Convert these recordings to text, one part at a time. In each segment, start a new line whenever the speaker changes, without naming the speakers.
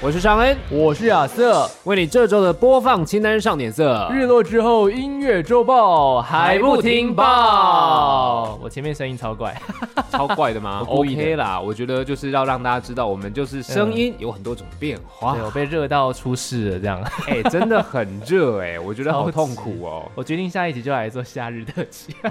我是尚恩，
我是亚瑟，
为你这周的播放清单上点色。
日落之后音乐周报还不听报？我前面声音超 怪，
超怪的吗
我故意的嗯
OK 啦，我觉得就是要让大家知道，我们就是声音有很多种变化
对。我被热到出事了这样。
哎、真的很热哎、我觉得好
超级
痛 苦哦。
我决定下一集就来做夏日特 辑，哎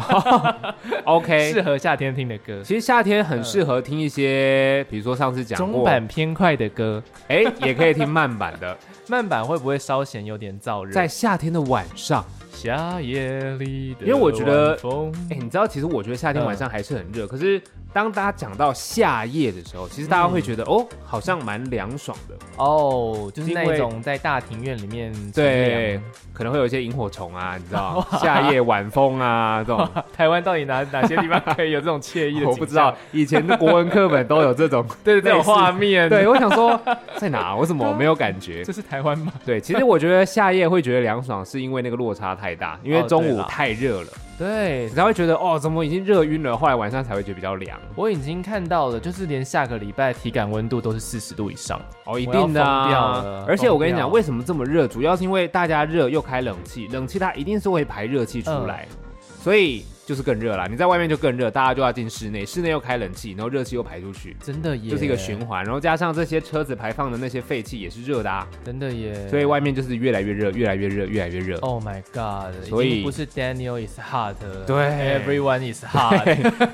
适
OK，
合夏天听的歌，
其实夏天很适合听一些，比如说上次讲
中
过，
版偏快的歌，
哎、也可以听慢版 的。
慢版会不会稍显有点燥热？
在夏天的晚上，
嗯夏夜里的
因为我觉得
晚风，
哎、你知道，其实我觉得夏天晚上还是很热，可是当大家讲到夏夜的时候，其实大家
嗯
会觉得、哦，好像蛮凉爽的。
哦，就是那
因为
种在大庭院里面
对，可能会有一些萤火虫啊，你知 道，夏夜晚风啊这种，
乘凉，台湾到底哪哪些地方可以有这种惬意的景象？
我不知道，以前的国文课本都有这种
对这
类
种
似
画面，
对，我想说在哪？我怎么没有感觉？
这是台湾吗？
对，其实我觉得夏夜会觉得凉爽，是因为那个落差太大，因为
哦
中
对
午
啦
太热了，
对
你，才会觉得哦，怎么已经热晕了，后来晚上才会觉得比较凉。
我已经看到了，就是连下个礼拜体感温度都是四十度以上。
哦，一
要
定的、
疯掉了
啊。而且我跟你
疯
讲，
掉
为什么这么热，主要是因为大家热又开冷气，冷气它一定是会排热气出来，
嗯
所以就是更热啦。你在外面就更热，大家就要进室内，室内又开冷气，然后热气又排出去。
真的耶，
就是一个循，环，然后加上这些车子排放的那些废气也是热的、啊，
真的耶。
所以外面就是越来越热，越来越热，越来 越热。
，Oh my God，
所以
已经不是 Daniel is hot，了
对
，Everyone is hot，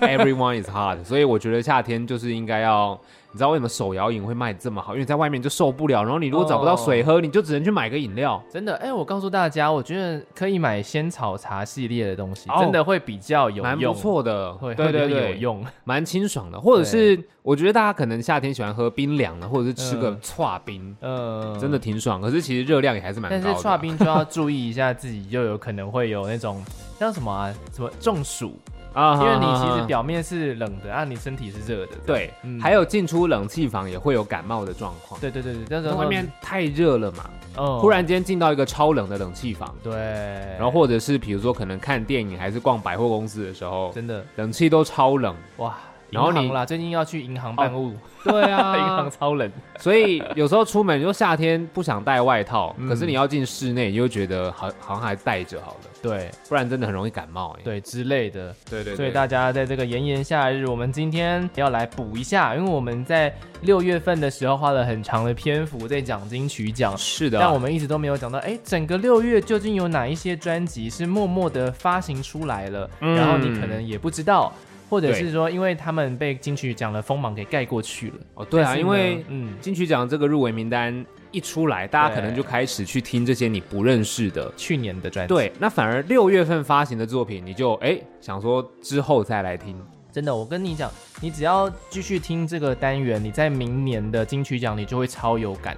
Everyone is hot，所以我觉得夏天就是应该要，你知道为什么手摇饮会卖这么好？因为你在外面就受不了，然后你如果找不到水
哦
喝，你就只能去买个饮料。
真的。哎，我告诉大家，我觉得可以买仙草茶系列的东西，
哦
真的会比较有
蛮不
用，
错的，
会
对对
会比较
对，
有用。
蛮清爽的，或者是我觉得大家可能夏天喜欢喝冰凉的，或者是吃个
嗯
串冰，
呃，
真的。挺爽。可是其实热量也还是蛮
但
高
是
的。
刷冰就要注意一下自己，又有可能会有那种像什么啊，什么中暑，
啊
因为你其实
哈
表面是冷的，啊，你身体是热的。
对，
嗯
还有进出冷气房也会有感冒的状况。
对对对对，但是
在外面太热了嘛，
嗯
忽然间进到一个超冷的冷气房，
对，然
然后或者是比如说可能看电影还是逛百货公司的时候，
真的
冷气都超冷。
哇，银
然后
行
你哦
啦，最近要去银行办务，
对 啊
银行，超冷，
所 以有时候出门就夏天不想带外套，
嗯
可是你要进室内，你就觉得好好像还带着好了。
对
不然真的很容易感冒、欸。
对之类的。
对对
所以大家在这个炎炎夏日，我们今天要来补一下，因为我们在六月份的时候花了很长的篇幅在讲金曲 奖。
是的啊，
但我们一直都没有讲到，哎，整个六月究竟有哪一些专辑是默默的发行出来了，
嗯
然后你可能也不知道，或者
对
是说，因为他们被金曲奖的锋芒给盖过去了。
哦对
但
啊，
是呢
因为
嗯，
金曲奖这个入围名单一出来，大家可能就开始去听这些你不认识的。
去年的专辑，
对，那反而六月份发行的作品，你就哎想说之后再 来听。
真的，我跟你讲，你只要继续听这个单元，你在明年的金曲奖你就会超有感，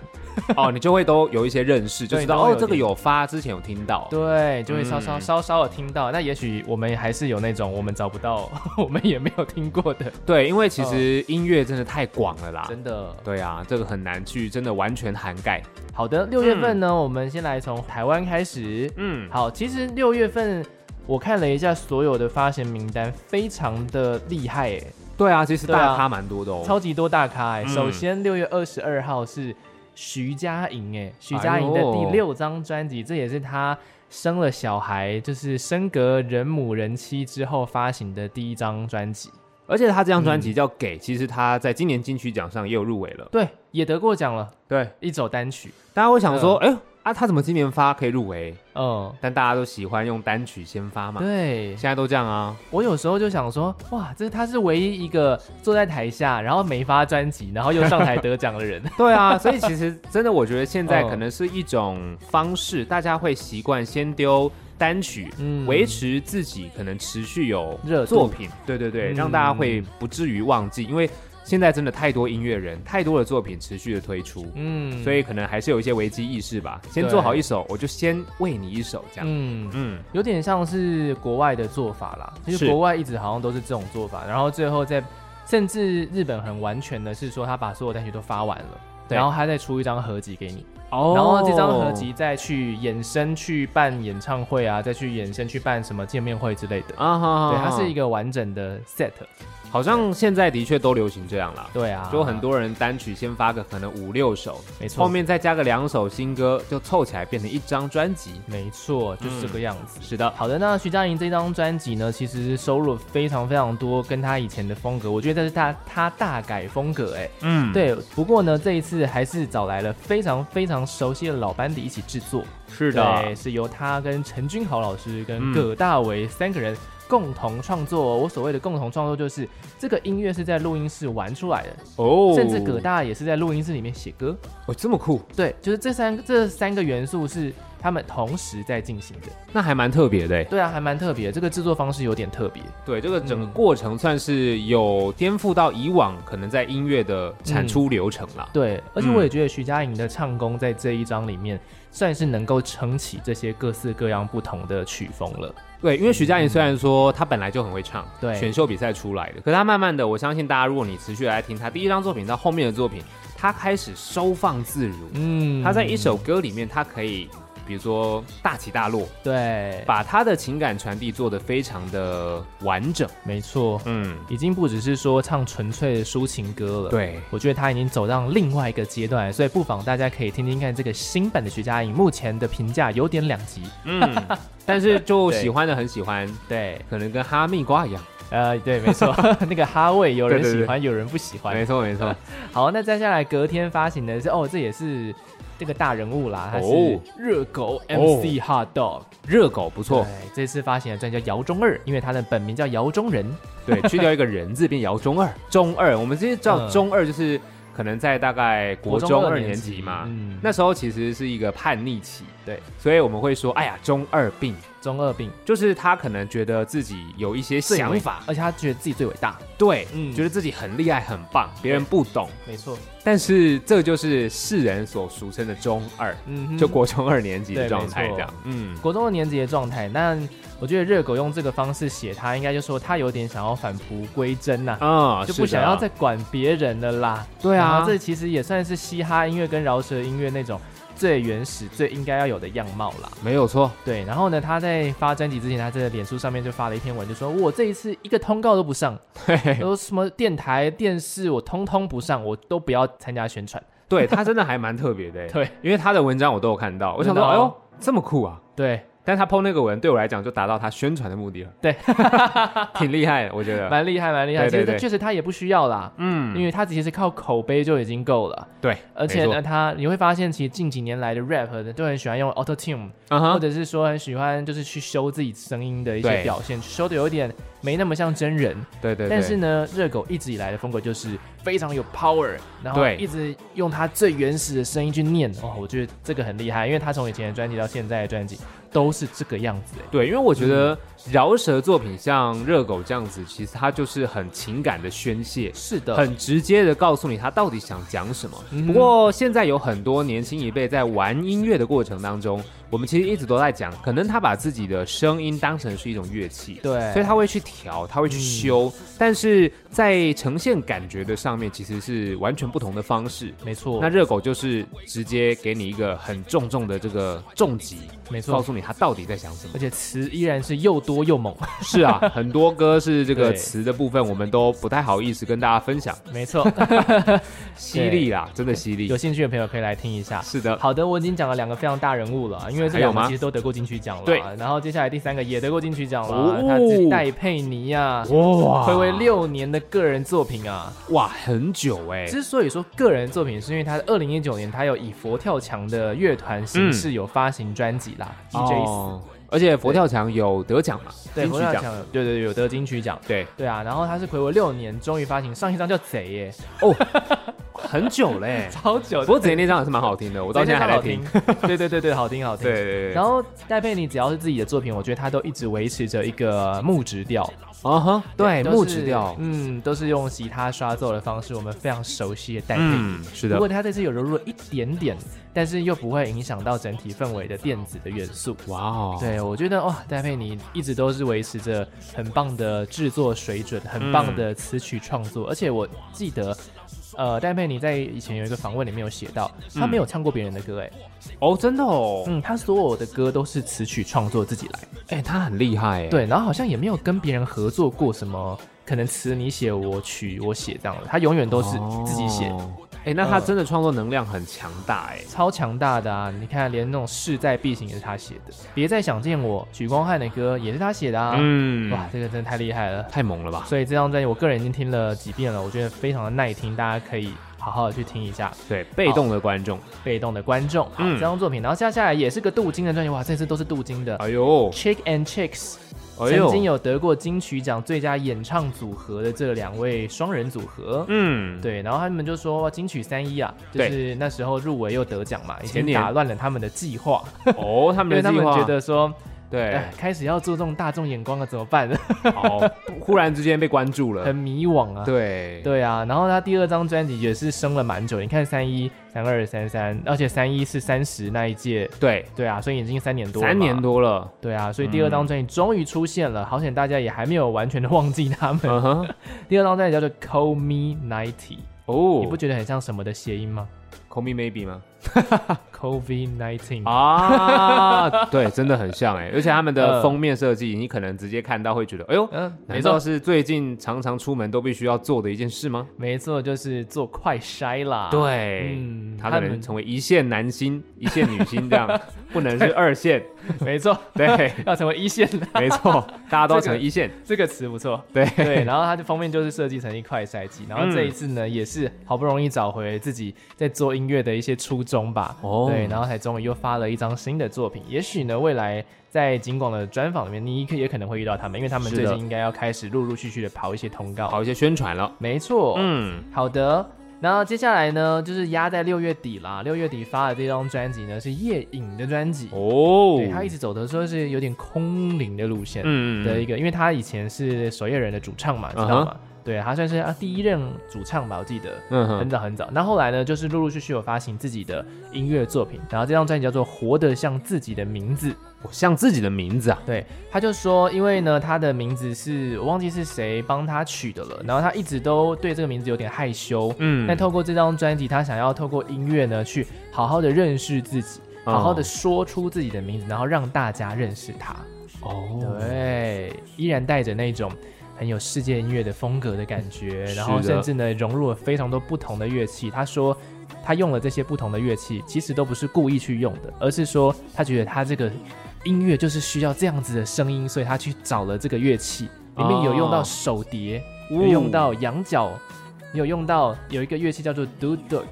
哦，你就会都有一些认识，就
对
知道
都会
哦
有
这个
点
有发，之前有听到。
对，就会稍稍
嗯
稍稍的听到。那也许我们还是有那种我们找不到， 我们也没有听过的，
对，因为其实音乐真的太广了啦。
嗯真的。
对啊，这个很难去真的完全涵盖。
好的，六月份呢，我们先来从台湾开始。
嗯，
好，其实六月份我看了一下所有的发行名单，非常的厉害诶、
对啊，其实
对啊
大咖蛮多的哦。
超级多大咖哎、
嗯
首先六月二十二号是徐佳莹哎，徐佳莹的第六张专辑，这也是她生了小孩，就是升格人母人妻之后发行的第一张专辑。
而且他这张专
嗯
辑叫《给》，其实他在今年金曲奖上也有入围了。
对，也得过奖了，
对，
一首单曲。
大家会想说，哎、呦啊，他怎么今年发可以入围？
嗯，
但大家都喜欢用单曲先发嘛，
对
现在都这样啊。
我有时候就想说，哇，这他是唯一一个坐在台下，然后没发专辑，然后又上台得奖的 人。
对啊，所以其实真的，我觉得现在
嗯
可能是一种方式，大家会习惯先丢单曲，
嗯
维持自己可能持续有
热度
作品。对对对，
嗯
让大家会不至于忘记，因为现在真的太多音乐人，太多的作品持续的推出，
嗯，
所
以
以可能还是有一些危机意识吧。先做好一首，我就先为你一首这样。
嗯，
嗯，
有点像是国外的做法啦，就是
是
国外一直好像都是这种做法，然后最后再甚至日本很完全的是说他把所有单曲都发完了。
对
然后他再出一张合集给你，
哦
然后这张合集再去衍生去办演唱会啊，再去衍生去办什么见面会之类的。
啊哈，
对，它是一
个
个完整的 set。
好像现在的确都流行这样啦。
对啊，
就很多人单曲先发个可能五六首，
没错
后面再加个两首新歌，就凑起来变成一张专辑。
没错，就是
嗯
这个样子。
是的，
好的，那徐佳莹这张专辑呢，其实收录了非常非常多跟她以前的风格，我觉得这是她她大改风格哎、
嗯，
对，不过呢，这一次还是找来了非常非常熟悉的老班底一起制作，
是
对，
的，
是由她跟陈君豪老师跟
嗯
葛大为三个人共同创作哦、我所谓的共同创作，就是这个音乐是在录音室玩出来的，
哦，
甚至葛大也是在录音室里面写歌。
哦这么酷，
对，就是这三这三个元素是他们同时在进行的。
那还蛮特别的欸。
对啊，还蛮特别，这个制作方式有点特别。
对，这个整个
嗯
过程算是有颠覆到以往可能在音乐的产出流程啦。
对，而且我
嗯
也觉得徐佳莹的唱功在这一章里面算是能够撑起这些各式各样不同的曲风了。
对，因为徐佳莹虽然说她本来就很会唱，
对
选秀比赛出来的，可她慢慢的，我相信大家如果你持续来听她第一张作品到后面的作品，她开始收放自如，
嗯
她在一首歌里面，她可以。比如说大起大落，
对，
把她的情感传递做得非常的完整。
没错，
嗯，
已经不只是说唱纯粹的抒情歌了。。
对，
我觉得她已经走到另外一个阶段，所以不妨大家可以听听看这个新版的徐佳莹，目前的评价有点两极。
嗯，但是就
对
喜欢的很喜欢，
对，
可能跟哈密瓜一样。
呃，对，没错， 那个哈味有人
对对对
喜欢，有人不喜欢。
没错没错，
好，那再下来隔天发行的是哦，这也是这个大人物啦，他是
哦
热狗
哦
MC Hot Dog，
热狗不
对
错，，
这次发行的专辑叫姚中二，因为他的本名叫姚中仁，
对，去掉一个人字变姚中二，中二，我们其实知道
嗯
中二就是可能在大概国中
国中二
二
年
年
级
级嘛，
嗯
那时候其实是一个叛逆期，
对，
所以我们会说，哎呀，中二病，
中二病
就是他可能觉得自己有一些
最
想
伟
法，
而且他觉得自己最伟大，
对，
嗯
觉得自己很厉害很棒，别人不懂，
没错，
但是这就是世人所俗称的中二，
嗯哼
就国中二年级
对
的状态
没错
这样，嗯，
国中二年级的状态。那我觉得热狗用这个方式写他，应该就说他有点想要返璞归真呐、
啊，
就是不
的
想要再管别人了啦。
对啊
然后这其实也算是嘻哈音乐跟饶舌音乐那种最原始、最应该要有的样貌啦。
没有错，
对，然后呢，他在发专辑之前，他在脸书上面就发了一篇文，就说我这一次一个通告都不上，
嘿嘿
有什么电台、电视我通通不上，我都不要参加宣传。
对他真的还蛮特 别的欸，
对
因为他的文章我都有看到，我想
真
说，
的哦
哎呦，这么酷啊！
对，
但他 PO 那个文对我来讲就达到他宣传的目的了，
对，
挺厉害的，我觉得，
蛮厉害，蛮厉害。
对
其实
对
他
对
确实他也不需要啦，
嗯，
因为他其实靠口碑就已经够了。
对，
而且呢，
没错，
他你会发现，其实近几年来的 rap 呢都很喜欢用 Auto Tune，
嗯
或
哼，
者是说很喜欢就是去修自己声音的一些
对
表现，修的有点没那么像真人。
对对，
但是
对
呢，热狗一直以来的风格就是非常有 power，然后
对
一直用他最原始的声音去念。哦，我觉得这个很厉害，因为他从以前的专辑到现在的专辑都是这个样子。哎
对，因为我觉得饶舌作品像热狗这样子，其实他就是很情感的宣泄。
是的，
很直接的告诉你他到底想讲什么
嗯。
不过现在有很多年轻一辈在玩音乐的过程当中，我们其实一直都在讲，可能他把自己的声音当成是一种乐器，
对，嗯
所以他会去调，他会去修，但是在呈现感觉的上面其实是完全不同的方式。
没错
那，热狗就是直接给你一个很重重的这个重击，
没
告
错，
诉你他到底在想什么
而。且词依然是又多又猛。
是啊，很多歌是这个
对
词的部分，我们都不太好意思跟大家分享，
没 错，
犀利啦，真的犀利
有。兴趣的朋友可以来听一下。
是的，
好的，我已经讲了两个非常大人物了，因为这
呃还有
两
吗
个其实都得过金曲奖了。
对
然后接下来第三个也得过金曲奖了
哦，
他是戴佩妮啊，
哇
回味六年的个人作品啊。
哇，很久哎、
之所以说个人作品，是因为他二零一九年他有以佛跳墙的乐团形式有发行专辑啦，DJ 四
嗯哦，而且佛跳墙有得奖嘛，
对
金
佛
曲
跳
奖，
墙有，对对对有得金曲奖。
对
对啊，然后他是回味六年，终于发行上一张叫《贼》耶，
哦，很久嘞、
超久的。
不过子妍那张也是蛮好听的，我
我
到现在还在听。。
对对对对，好听好听。
对对对，
然后戴佩妮只要是自己的作品，我觉得她都一直维持着一个木质调，
啊哈，对
都是
木质调，
嗯，都是用吉他刷奏的方式，我们非常熟悉的戴佩妮。
嗯，是
不
的
过，她这次有融入了一点点，但是又不会影响到整体氛围的电子的元素。
哇哦，
对，我觉得哇，戴佩妮一直都是维持着很棒的制作水准，很棒的词曲创作，而且我记得，呃，戴佩妮在以前有一个访问里面有写到，她没有唱过别人的歌、哎、
哦，真的哦，
嗯，她所有的歌都是词曲创作自己来，
哎，他很厉害哎，，
对，然后好像也没有跟别人合作过什么，可能词你写我曲我写这样的，她永远都是
哦
自己写。。
哎，那他
嗯
真的创作能量很强大哎，
超强大的啊！你看，连那种势在必行也是她写的，别再想见我，许光汉的歌也是她写的啊！
嗯，
哇
哇，，
这个真的太厉害了。
太猛了吧？
所以这张专辑我个人已经听了几遍了，我觉得非常的耐听，大家可以好好的去听一下。
对，被动的观众，
被动的观众，好，
嗯
这张作品，然后接下来也是个镀金的专辑，哇，这次都是镀金的。
哎呦，
Chick and Chicks
哎
曾经
呦，
有得过金曲奖最佳演唱组合的这两位双人组合，
嗯，
对，然后他们就说哇金曲三一啊，就
对
是那时候入围又得奖嘛，已
前
经
年
打乱了他们的计划，
哦，他
因
们
为
的
他
计
们
划
觉得说，
对
哎，，开始要注重大众眼光了，怎么办？
好，忽然之间被关 注了
很，迷惘啊。
对，
对啊，然后他第二张专辑也是升了蛮久，你看三一、三二、三三，而且三一是三十那一届，
对，
对啊，所以已经三年多了，
三年，多了，
对啊，所以第二张专辑终于出现了，好险大家也还没有完全的忘记他们。
嗯哼，
第二张专辑叫做《Call Me Ninety》，
哦，
你不觉得很像什么的谐音吗
call me maybe 吗？
？COVID nineteen
啊， 对，真的很像哎，而且他们的
嗯
封面设计，你可能直接看到会觉得，哎呦，
嗯，没
难道
错，
是最近常常出门都必须要做的一件事吗？
没错，就是做快筛啦。，
对，
嗯
他
他
可能
们
成为一线男 星、一线女星这样，不能是二线。
没错，
对，
要成为一线的
没错，大家都
这
成
个
一线。
这个词不错。
对，嗯
对，然后它的封面就是设计成一块赛季，然后这一次呢，也是好不容易找回自己在做音乐的一些初衷吧。
哦
对，然后才终于又发了一张新的作品。也许呢，未来在景广的专访里面，你可也可能会遇到他们，因为他们
是的
最近应该要开始陆陆续续的跑一些通告。
跑一些宣传了。
没错，
嗯，
好的。然后接下来呢，就是压在六月底啦。六月底发的这张专辑呢，是夜影的专辑。
哦
对，他一直走的说是有点空灵的路线。
嗯啊
的一个，因为他以前是守夜人的主唱嘛，知道吗对他算是啊第一任主唱吧，我记得。
嗯
很
哼，
早很早，那后来呢，就是陆陆续续有发行自己的音乐作品，然后这张专辑叫做《活得像自己的名字》。
我像自己的名字啊。
对，他就说，因为呢，他的名字是我忘记是谁帮他取的了，然后他一直都对这个名字有点害羞，
嗯
但透过这张专辑，他想要透过音乐呢，去好好的认识自己，好好的
哦
说出自己的名字，然后让大家认识他。
哦，
对，依然带着那种很有世界音乐的风格的感觉，
是的
然后甚至呢融入了非常多不同的乐器。他说他用了这些不同的乐器，其实都不是故意去用的，而是说他觉得他这个音乐就是需要这样子的声音，所以他去找了这个乐器，里面有用到
哦
手碟，有用到羊角，有用到有一个乐器叫做 duduk。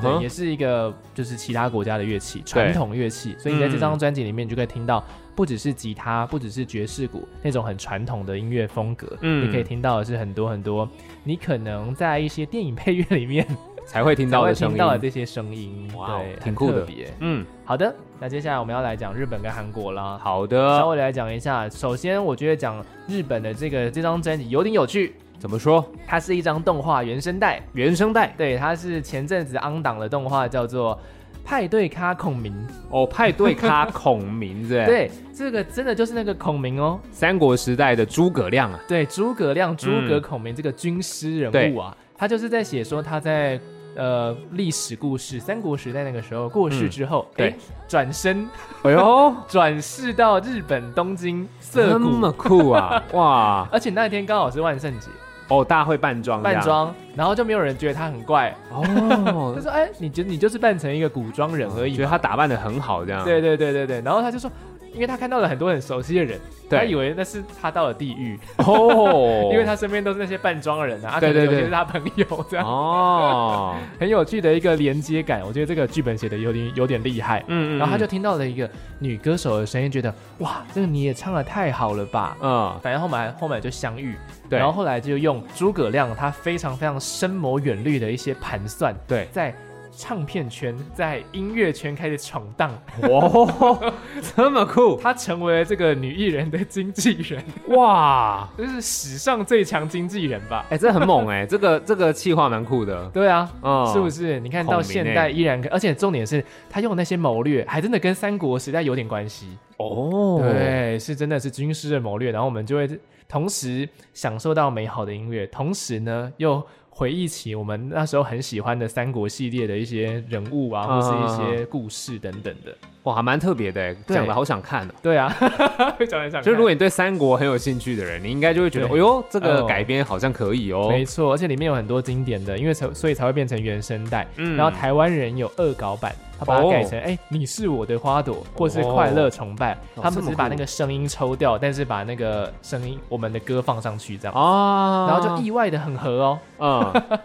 对，
哼
也，是一个就是其他国家的乐器，传统乐器。所以你在这
嗯
张专辑里面，你就可以听到不只是吉他，不只是爵士鼓那种很传统的音乐风格，
嗯
你可以听到的是很多很多，你可能在一些电影配乐里面
才会 听
才
到
会
的声
听到的
音。
这些声音，
哇哦
对，
挺
很
酷的
特别。
嗯，
好的，那接下来我们要来讲日本跟韩国啦。
好
稍
的。
微来讲一下，首先我觉得讲日本的这个这张专辑有点有趣，
怎么说？
它是一张动画原声带，
原声带
对，它是前阵子昂档的动画，叫做《派对咖孔明》。
哦，派对咖孔明对，，
对，这个真的就是那个孔明哦。
三国时代的诸葛亮啊。
对，诸葛亮、诸葛孔明这个军师人物啊，他就是在写说他在呃历史故事三国时代那个时候过世之后，
嗯对
诶转身
哎呦，
转世到日本东京
这
涩谷
么。酷啊！ 哇，
而且那天刚好是万圣节，
哦，大家会扮装，
扮装，然后就没有人觉得他很怪，
哦
他，说：“哎，你觉你就是扮成一个古装人而已
哦觉得他打扮的很好，这样。
对对对对对，然后他就说：“因为他看到了很多很熟悉的人，
对
他以为那是他到了地狱，
哦，
因为他身边都是那些扮装人啊，啊
对
可能
对
有
对
些是他朋友这样，
哦，
很有趣的一个连接感。我觉得这个剧本写的有点有点厉害。
嗯
然后他就听到了一个女歌手的声音，觉得哇，这个你也唱的太好了吧。
嗯，
反正后来后面就相遇，
对
然后后来就用诸葛亮他非常非常深谋远虑的一些盘算，
对，
在唱片圈、在音乐圈开始闯荡，
哇，这么酷
他成为了这个女艺人的经纪人，
哇！
就是史上最强经纪人吧？
哎、这很猛哎、 这个这个气化蛮酷的，
对啊，
嗯，
是不？是？你看到现代依然跟，而且重点是他用那些谋略，还真的跟三国时代有点关系。
哦，，
对，是真的是军师的谋略，然后我们就会同时享受到美好的音乐，同时呢又回忆起我们那时候很喜欢的三国系列的一些人物啊，
嗯
或是一些故事等等的。
哇，还蛮特别的、欸，
对
讲的好想看哦、
对啊， 讲来讲去，
就是如果你对三国很有兴趣的人，你应该就会觉得，
对
哎呦，这个
哦
改编好像可以哦、
没错，而且里面有很多经典的，因为才所以才会变成原声带。
嗯哦
然后台湾人有恶搞版，他把它改成“哎、你是我的花朵”或是“快乐崇拜”，
哦
他们只
这么
是
酷
把那个声音抽掉，但是把那个声音我们的歌放上去这样，
啊，
然后就意外的很合哦，
嗯，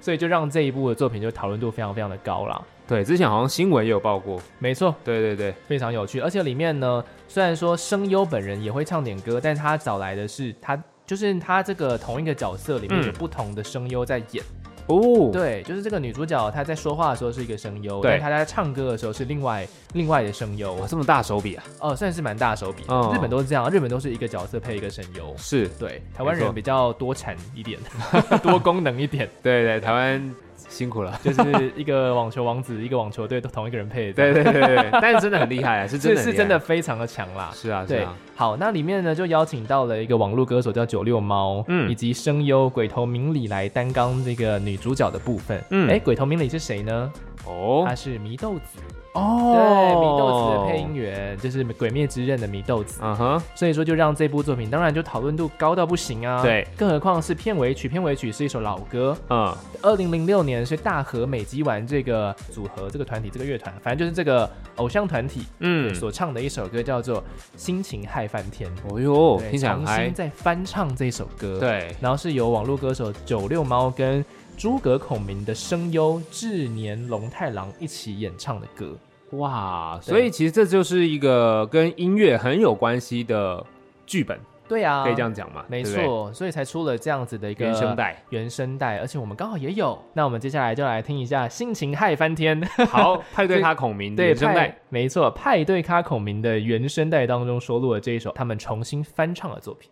所以就让这一部的作品就讨论度非常非常的高啦。
对，之前好像新闻也有报过，
没错，
对对对，
非常有趣，而且里面呢，虽然说声优本人也会唱点歌，但是他找来的是他。就是他这个同一个角色里面
嗯
有不同的声优在演，
哦，
对，就是这个女主角她在说话的时候是一个声优，
对
但她在唱歌的时候是另外另外的声优，
哇，这么大手笔啊，
哦，算是蛮大手笔。
哦
日本都是这样，日本都是一个角色配一个声优。
是，
对，台湾
没
人
错
比较多产一 点，多功能一点，
对对，台湾辛苦了，
就是一个网球王子，一个网球队都同一个人配的。
对，对对对，对但是真的很厉害啊，是
是
真的很
是
厉害
真的，非常的强啦。
是啊是
对
啊，，
好，那里面呢就邀请到了一个网络歌手叫九六猫，
嗯
以及声优鬼头明里来担纲这个女主角的部分。
嗯
哎，鬼头明里是谁呢？
哦
他是祢豆子，
哦
对，祢豆子的配音，员就是《鬼灭之刃》的祢豆子。
嗯哼，
所以说就让这部作品当然就讨论度高到不行啊。
对，
更何况是片尾曲，片尾曲是一首老歌，
嗯，
二零零六年是大和美姬丸这个组合、这个团体、这个乐团，反正就是这个偶像团体
嗯
所唱的一首歌，叫做《心情嗨翻天》。
哦哟，
对
听起来很
重
嗨
新，在翻唱这首歌。，
对，
然后是由网络歌手九六猫跟诸葛孔明的声优志年龙太郎一起演唱的歌。
哇，
对
所以其实这就是一个跟音乐很有关系的剧本，
对啊，
可以这，样讲嘛？
没
对不对，
错，所以才出了这样子的一个
原声带。
原声带，而且我们刚好也有。那我们接下来就来听一下《心情嗨翻天》
好，派对咖孔明的
对
嗯原声带
派，没错，派对咖孔明的原声带当中收录了这一首他们重新翻唱的作品。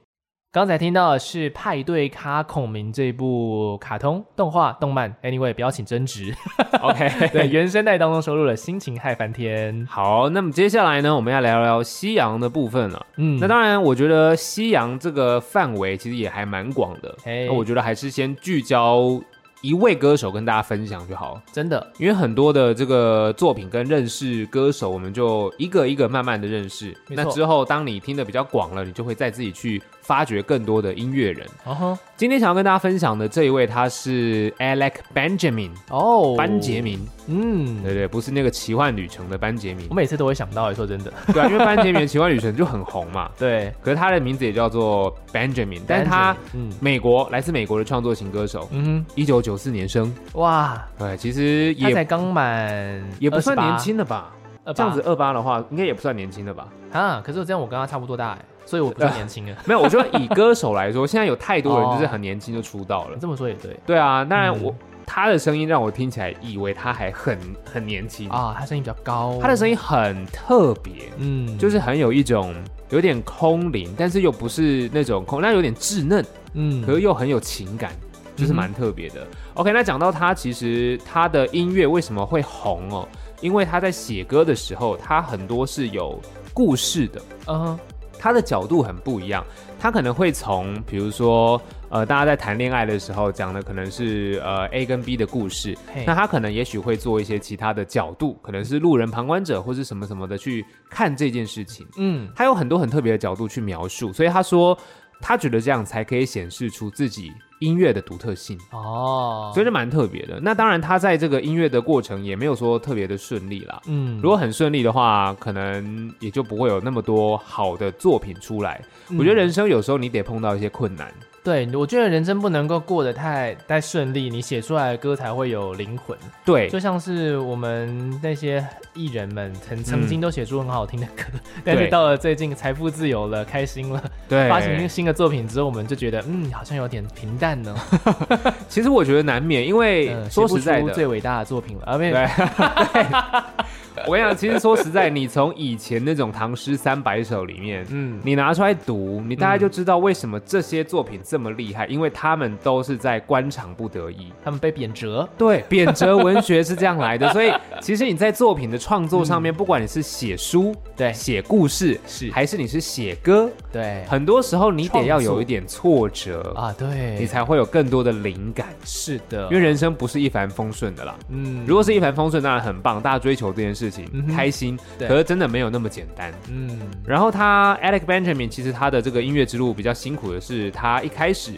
刚才听到的是《派对咖孔明》这部卡通动画动漫，anyway，不要请争执。
，OK，
对，原声带当中收录了《心情嗨翻 天》。
好，那么接下来呢，我们要聊聊西洋的部分了。
嗯，
那当然，我觉得西洋这个范围其实也还蛮广的。
嘿
那我觉得还是先聚焦一位歌手跟大家分享就好，
真的
因为很多的这个作品跟认识歌手，我们就一个一个慢慢的认识。
没
那
错
之后，当你听的比较广了，你就会再自己去发掘更多的音乐人。
哦吼
今天想要跟大家分享的这一位，他是 Alec Benjamin
哦，
班杰，明，对
嗯，
对，不是那个奇幻旅程的班杰明
我，每次都会想到，说真的，
对啊，因为班杰明的奇幻旅程就很红嘛。
对，
可是他的名字也叫做 Benjamin，但是他
班杰明，
美国来自美国的创作型歌手，
嗯嗯
一九九四年生，
哼，哇，
对，哎其实
他
也
才刚满
也不算
28
年，轻了吧？
呃
这样子
吧
二八的话，应该也不算年轻了吧？
啊？可是我这样我跟他差不多大哎，所以我不
呃
算年轻啊。
没有，我觉得以歌手来说，现 在有太多人
哦
就是很年轻就出道了
你。这么说也对
对啊，当然
嗯
我、他的声音让我听起来以为他还很很年轻
啊，他声音比较高，
他的声音很特别，
嗯
就是是很有一种有点空灵，但是又不是那种空，那有点稚嫩，
嗯
可是又很有情感，就是蛮特别的。OK，那讲到他，其实他的音乐为什么会红哦？因为他在写歌的时候，他很多是有故事的，
嗯哼
他的角度很不一样。他可能会从，比如说，呃，大家在谈恋爱的时候讲的可能是呃 A 跟 B 的故事，
嘿
那他可能也许会做一些其他的角度，可能是路人旁观者或是什么什么的去看这件事情。
嗯
他有很多很特别的角度去描述，所以他说，他觉得这样才可以显示出自己音乐的独特性，
哦，
所以就蛮特别的。那当然，他在这个音乐的过程也没有说特别的顺利啦。
嗯，
如果很顺利的话，可能也就不会有那么多好的作品出来。
嗯
我觉得人生有时候你得碰到一些困难，
对，我觉得人生不能够过得太太顺利，你写出来的歌才会有灵魂。
对
就像是我们那些艺人们曾曾经都写出很好听的歌，但是
嗯对
到了最近财富自由了，开心了，
对，
发行新的作品之后，我们就觉得嗯，好像有点平淡呢。
其实我觉得难免，因为
呃
说
写不
实在
出
的，
最伟大的作品了啊，没有
对，我跟你讲，其实说实在，你从以前那种唐诗三百首里面，
嗯，
你拿出来读，你大概就知道为什么这些作品这么厉害，因为他们都是在官场不得已。
他们被贬谪，
对， 贬谪文学是这样来的，所以其实你在作品的创作上面，不管你是写书、
嗯对
写故事，
是
还是你是写歌，
对
很多时候你得要
创作
有一点挫折，
啊，对，
你才会有更多的灵感，
是的
因为，人生不是一帆风顺的啦。
嗯
如果是一帆风顺，当然很棒，大家追求这件事情、
嗯哼
开心。
对
可是真的没有那么简单。
嗯
然后他 Alec Benjamin 其实他的这个音乐之路比较辛苦的是，他一开始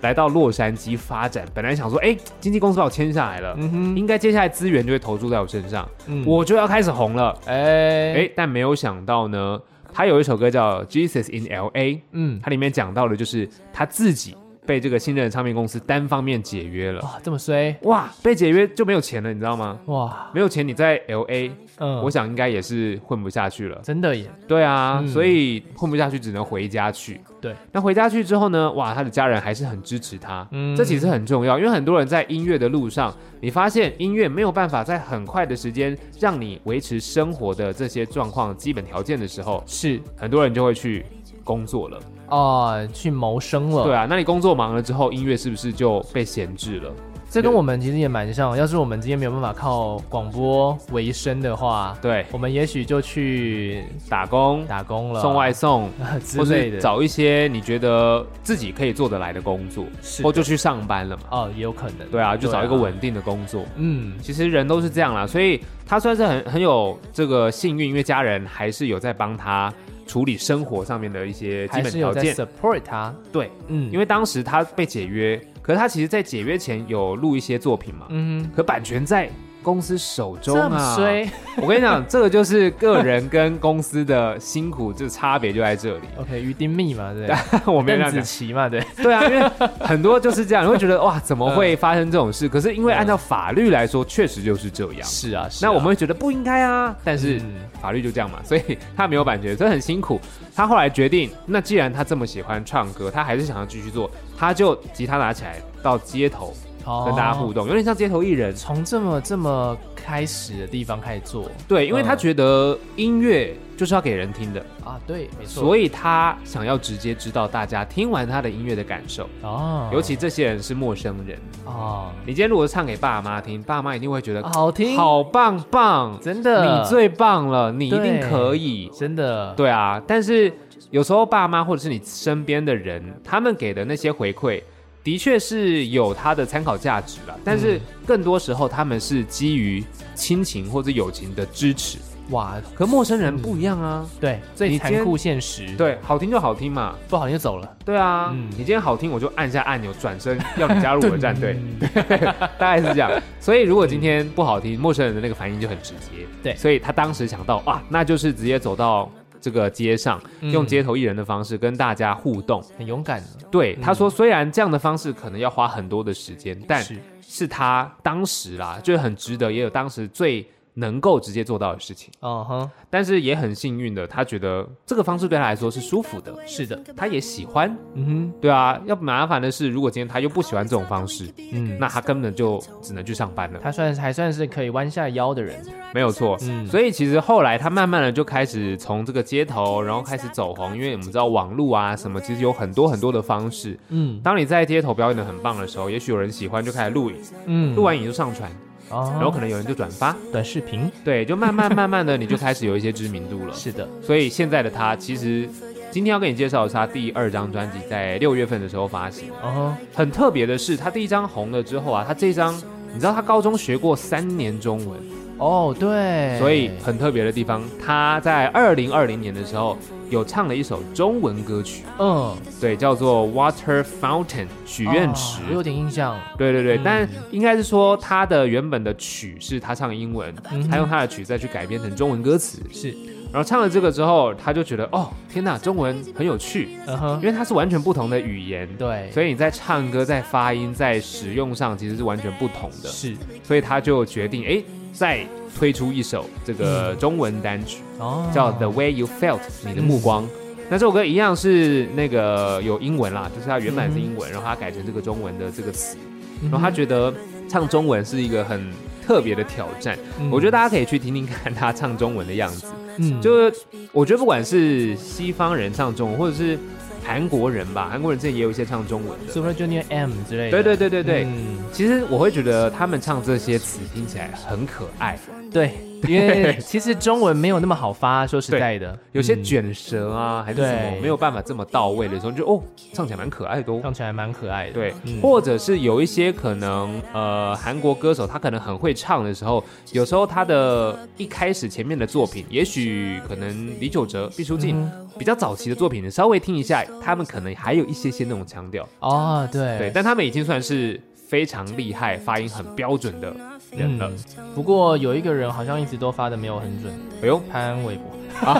来到洛杉矶发展，本来想说，哎，经纪公司把我签下来了，
嗯哼，
应该接下来资源就会投注在我身上，
嗯
我就要开始红了。
哎
哎，但没有想到呢，他有一首歌叫《Jesus in L.A.》，
嗯
它里面讲到的就是他自己被这个新人唱片公司单方面解约了。
哇这么衰
哇，被解约就没有钱了，你知道吗？
哇，
没有钱，你在 L A，、
嗯
我想应该也是混不下去了。
真的耶，
对啊，
嗯
所以混不下去只能回家去。
对，
那回家去之后呢？哇，他的家人还是很支持他，
嗯
这其实很重要，因为很多人在音乐的路上，你发现音乐没有办法在很快的时间让你维持生活的这些状况、基本条件的时候，
是
很多人就会去工作了。
哦，去谋生了。
对啊，那你工作忙了之后，音乐是不是就被闲置了？
这跟我们其实也蛮像。要是我们今天没有办法靠广播为生的话，
对，
我们也许就去
打工、
打工了，啊
送外送，
之
或
类
是
的，
找一些你觉的自己可以做得来的工作，
是
或就去上班了嘛。
哦，也有可能。
对啊，就找一个。稳定的工作。
嗯，
其实人都是这样啦，所以他算是很很有这个幸运，因为家人还是有在帮他处理生活上面的一些基
还
本
是有
条
在
件。
support 他。
对，
嗯，
因
为
为当时他被解约，可是他其实在解约前有录一些作品嘛，
嗯哼，
可版权在公司手中
这
啊
么。衰。
我跟你讲，这个就是个人跟公司的辛苦，这差别就在这 里。
OK，于丁密嘛，对，
我没
邓
让
紫
你
棋嘛，对，
对啊，因为很多就是这样，你会觉得哇，怎么会发生这种事？可是因为按照法律来说，确实就是这样。
嗯是啊，
那我们会觉得不应该啊，但是
嗯
法律就这样嘛，所 以他没有版权，所以很辛苦。他后来决定，那既然他这么喜欢唱歌，他还是想要继续做，他就吉他拿起来到街头跟
跟
大家互动，有点像街头艺人。
从这么这么开始的地方开始做
对，因为
嗯
他觉得音乐就是要给人听的，
啊，对，没错。
所以他想要直接知道大家听完他的音乐的感受，
哦，
尤其这些人是陌生人。
哦，
你今天如果唱给爸妈听，爸妈一定会觉得、
好听，，
啊好棒棒，
哦真的，
你最棒了，你一定
对
可以。
真的，
对啊，但是有时候爸妈或者是你身边的人，他们给的那些回馈，的确是有它的参考价值了。但是
嗯
更多时候，他们是基于亲情或者友情的支持。
哇，
可陌生
嗯
人不一样啊，
对，最
你今
残
天
酷现实，，
对，好听就好听嘛。
不好听就走了。
对啊，
嗯
你今天好听，我就按下按钮，转身要你加入我的战 队， 大概是这样。所以如果今天不好听，陌生人的那个反应就很直接。
对
所以他当时想到啊，那就是直接走到这个街上，
嗯
用街头艺人的方式跟大家互动。
很勇敢的，
对，
嗯
他说虽然这样的方式可能要花很多的时间，但
是
是他当时啦，就是很值得，也有当时最能够直接做到的事情。
嗯哼，
但是也很幸运的，他觉得这个方式对他来说是舒服的，
是的，
他也喜欢。
嗯
对啊，要麻烦的是，如果今天他又不喜欢这种方式，
哼，嗯，
那他根本就只能去上班了，
他算是还算是可以弯下腰的人，
没有错。
嗯
所以其实后来他慢慢的就开始从这个街头，然后开始走红，因为我们知道网络啊什么，其实有很多很多的方式。
嗯
当你在街头表演的很棒的时候，也许有人喜欢就开始录影，
嗯
录完影就上传，
哦，
然后可能有人就转发，
短视频，
对，就慢慢慢慢的你就开始有一些知名度了。
是的，
所以现在的他，其实今天要跟你介绍的是他第二张专辑，在六月份的时候发行。
哦，
很特别的是，他第一张红了之后啊，他这一张，你知道他高中学过三年中文，
哦，对，
所以很特别的地方，他在二零二零年的时候有唱了一首中文歌曲，
嗯，
对，叫做《Water Fountain》许愿池
哦。我有点印象，
对对对，
嗯
但应该是说他的原本的曲是他唱英文，
嗯哼
他用他的曲再去改编成中文歌词，
是，
然后唱了这个之后，他就觉得哦，天哪，中文很有趣，
嗯哼
因，为它是完全不同的语言，
对，
所以你在唱歌、在发音、在使用上其实是完全不同的，
是
所以他就决定哎，再推出一首这
嗯
个中文单曲，
哦，
叫《The Way You Felt》，你的目光。那这首歌一样是那个有英文啦，就是它原版是
嗯
英文，然后它改成这个中文的这个词。
嗯哼，
然后他觉得唱中文是一个很特别的挑战，
嗯
我觉得大家可以去听听看他唱中文的样子。
嗯
就是我觉得不管是西方人唱中文，或者是韩国人吧，韩国人之前也有一些唱中文的。
Super Junior M 之类的，
对对对对对，
嗯
其实我会觉得他们唱这些词听起来很可爱，
对，因 为其实中文没有那么好发，说实在的，
有些
嗯
卷舌啊还是什么
对
没有办法这么到位的时候，就哦唱起来蛮可爱的哦。
唱起来蛮可爱的，
对，
嗯
或者是有一些可能，呃，韩国歌手他可能很会唱的时候，有时候他的一开始前面的作品，也许可能李玖哲、毕书尽、比较早期的作品，你稍微听一下，他们可能还有一些些那种腔调，
哦，对
对，但他们已经算是非常厉害、发音很标准的人了。
嗯。不过有一个人好像一直都发的没有很准，
哎呦，
潘玮柏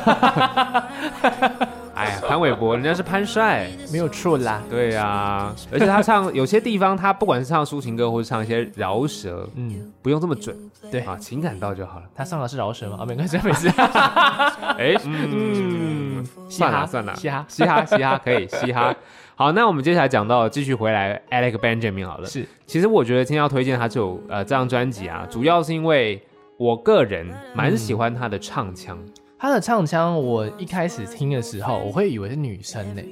哎呀，潘玮柏，人家是潘帅，
没有错啦。
对呀、啊，而且他唱有些地方，他不管是唱抒情歌，或是唱一些饶舌，
嗯，
不用这么准，
对
啊，情感到就好了。
他上的是饶舌吗？啊，没关系，没事。
哎，嗯，算了
嘻哈
算了，
嘻哈
嘻哈嘻哈可以嘻哈。好，那我们接下来讲到继续回来 Alec Benjamin 好了。
是，
其实我觉得今天要推荐他这首呃这张专辑啊，主要是因为我个人蛮喜欢他的唱腔。
他的唱腔，我一开始听的时候，我会以为是女生呢，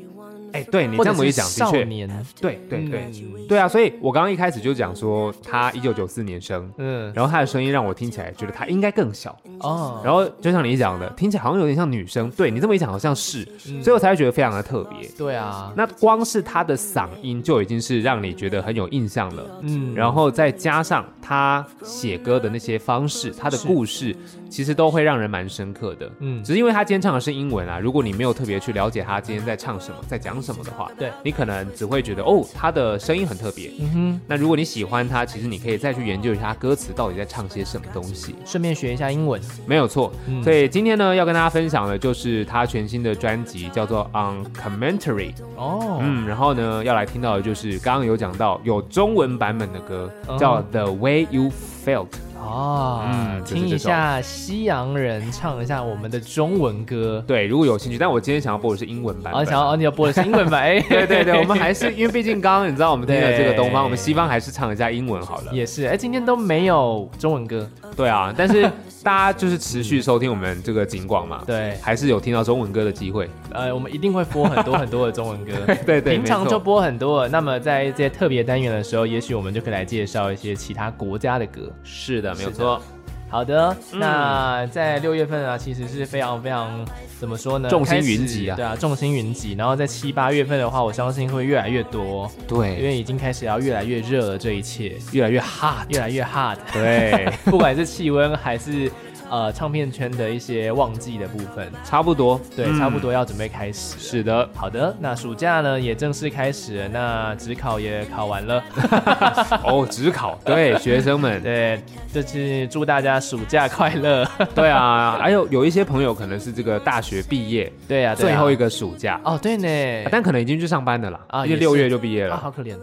哎，对你
嗯或
这
者
么一
是
讲，的
少
确，
年，
对对对
嗯
对啊，所以我刚刚一开始就讲说他一九九四年生。
嗯，
然后他的声音让我听起来觉得他应该更小，
哦，
然后就像你讲的，听起来好像有点像女生。对你这么一讲，好像是，
嗯
所以我才会觉得非常的特别。
对啊，
那光是他的嗓音就已经是让你觉得很有印象了，
嗯，
然后再加上他写歌的那些方式，他的故事，其实都会让人蛮深刻的。
嗯
只是因为他今天唱的是英文啊，如果你没有特别去了解他今天在唱什么、在讲什么的话，
对
你可能只会觉得哦，他的声音很特别。
嗯哼，
那如果你喜欢他，其实你可以再去研究一下他歌词到底在唱些什么东西。
顺便学一下英文，
没有错。
嗯
所以今天呢，要跟大家分享的就是他全新的专辑，叫做《Uncommentary》。
哦，
嗯，然后呢，要来听到的就是刚刚有讲到有中文版本的歌，
嗯
叫《The Way You Felt》。
哦，
嗯就是
听
这
一
首
下西洋人唱一下我们的中文歌，
对，如果有兴趣，但我今天想要播的是英文版
然后
本。
想要哦，你要播的是英文 版，哎
对对对，我们还是因为毕竟刚刚你知道我们听了这个东方，
对
我们西方还是唱一下英文好了。
也是，哎，今天都没有中文歌，
对啊，但是大家就是持续收听我们这个景广嘛，
对
还是有听到中文歌的机会。
呃，我们一定会播很多很多的中文歌，对
对对
平常
没错
就播很多了。那么在这些特别单元的时候，也许我们就可以来介绍一些其他国家的歌。
是的，没有
是的
错。嗯
好的，那在六月份啊，其实是非常非常怎么说呢？
众星
开始
云集啊
对啊，众星云集。然后在七八月份的话，我相信会越来越多，因
对，
为已经开始要越来越热了，这一切
越来越 hard。
越来越 hard，
对，
不管是气温还是呃唱片圈的一些旺季的部分，
差不多。
对，
嗯
差不。多要准备开始了。
是的，
好的，那暑假呢也正式开始了，那职考也考完了，
哦，只考对学生们，
对，就是祝大家暑假快乐。
对啊，还有有一些朋友可能是这个大学毕业
对 呀、啊，对啊
最后一个暑假，
哦，对呢，
啊但可能已经去上班的啦，
啊
因
也
为
是
六月就毕业
啊，
了，
好可怜，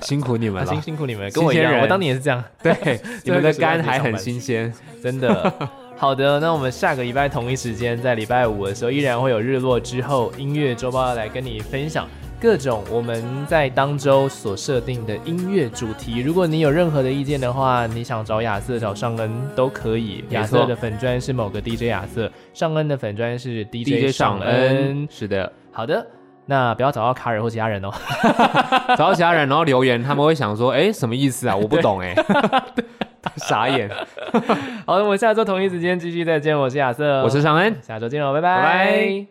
辛苦你
啊
们
辛
了。
辛苦你们，
新
跟我一
鲜
样，
人
我当年也是 这样，
对，你们的肝还
最后一个暑假就去上
很
班
新鲜。
真的。好的，那我们下个礼拜同一时间，在礼拜五的时候，依然会有日落之后音乐周报来跟你分享各种我们在当周所设定的音乐主题。如果你有任何的意见的话，你想找亚瑟找尚恩都可以。
没错
亚瑟的粉砖是某个 DJ 亚瑟，尚恩的粉砖是 DJ 尚恩
恩，。是的，
好的，那不要找到卡尔或其他人哦。
找到其他人然后留言，他们会想说，哎，什么意思啊？我不 懂哎， 傻眼。
呃好，那我们下周同一时间继续再见。我是亚瑟，
我是尚恩，
下周见喽，拜
拜
拜
拜。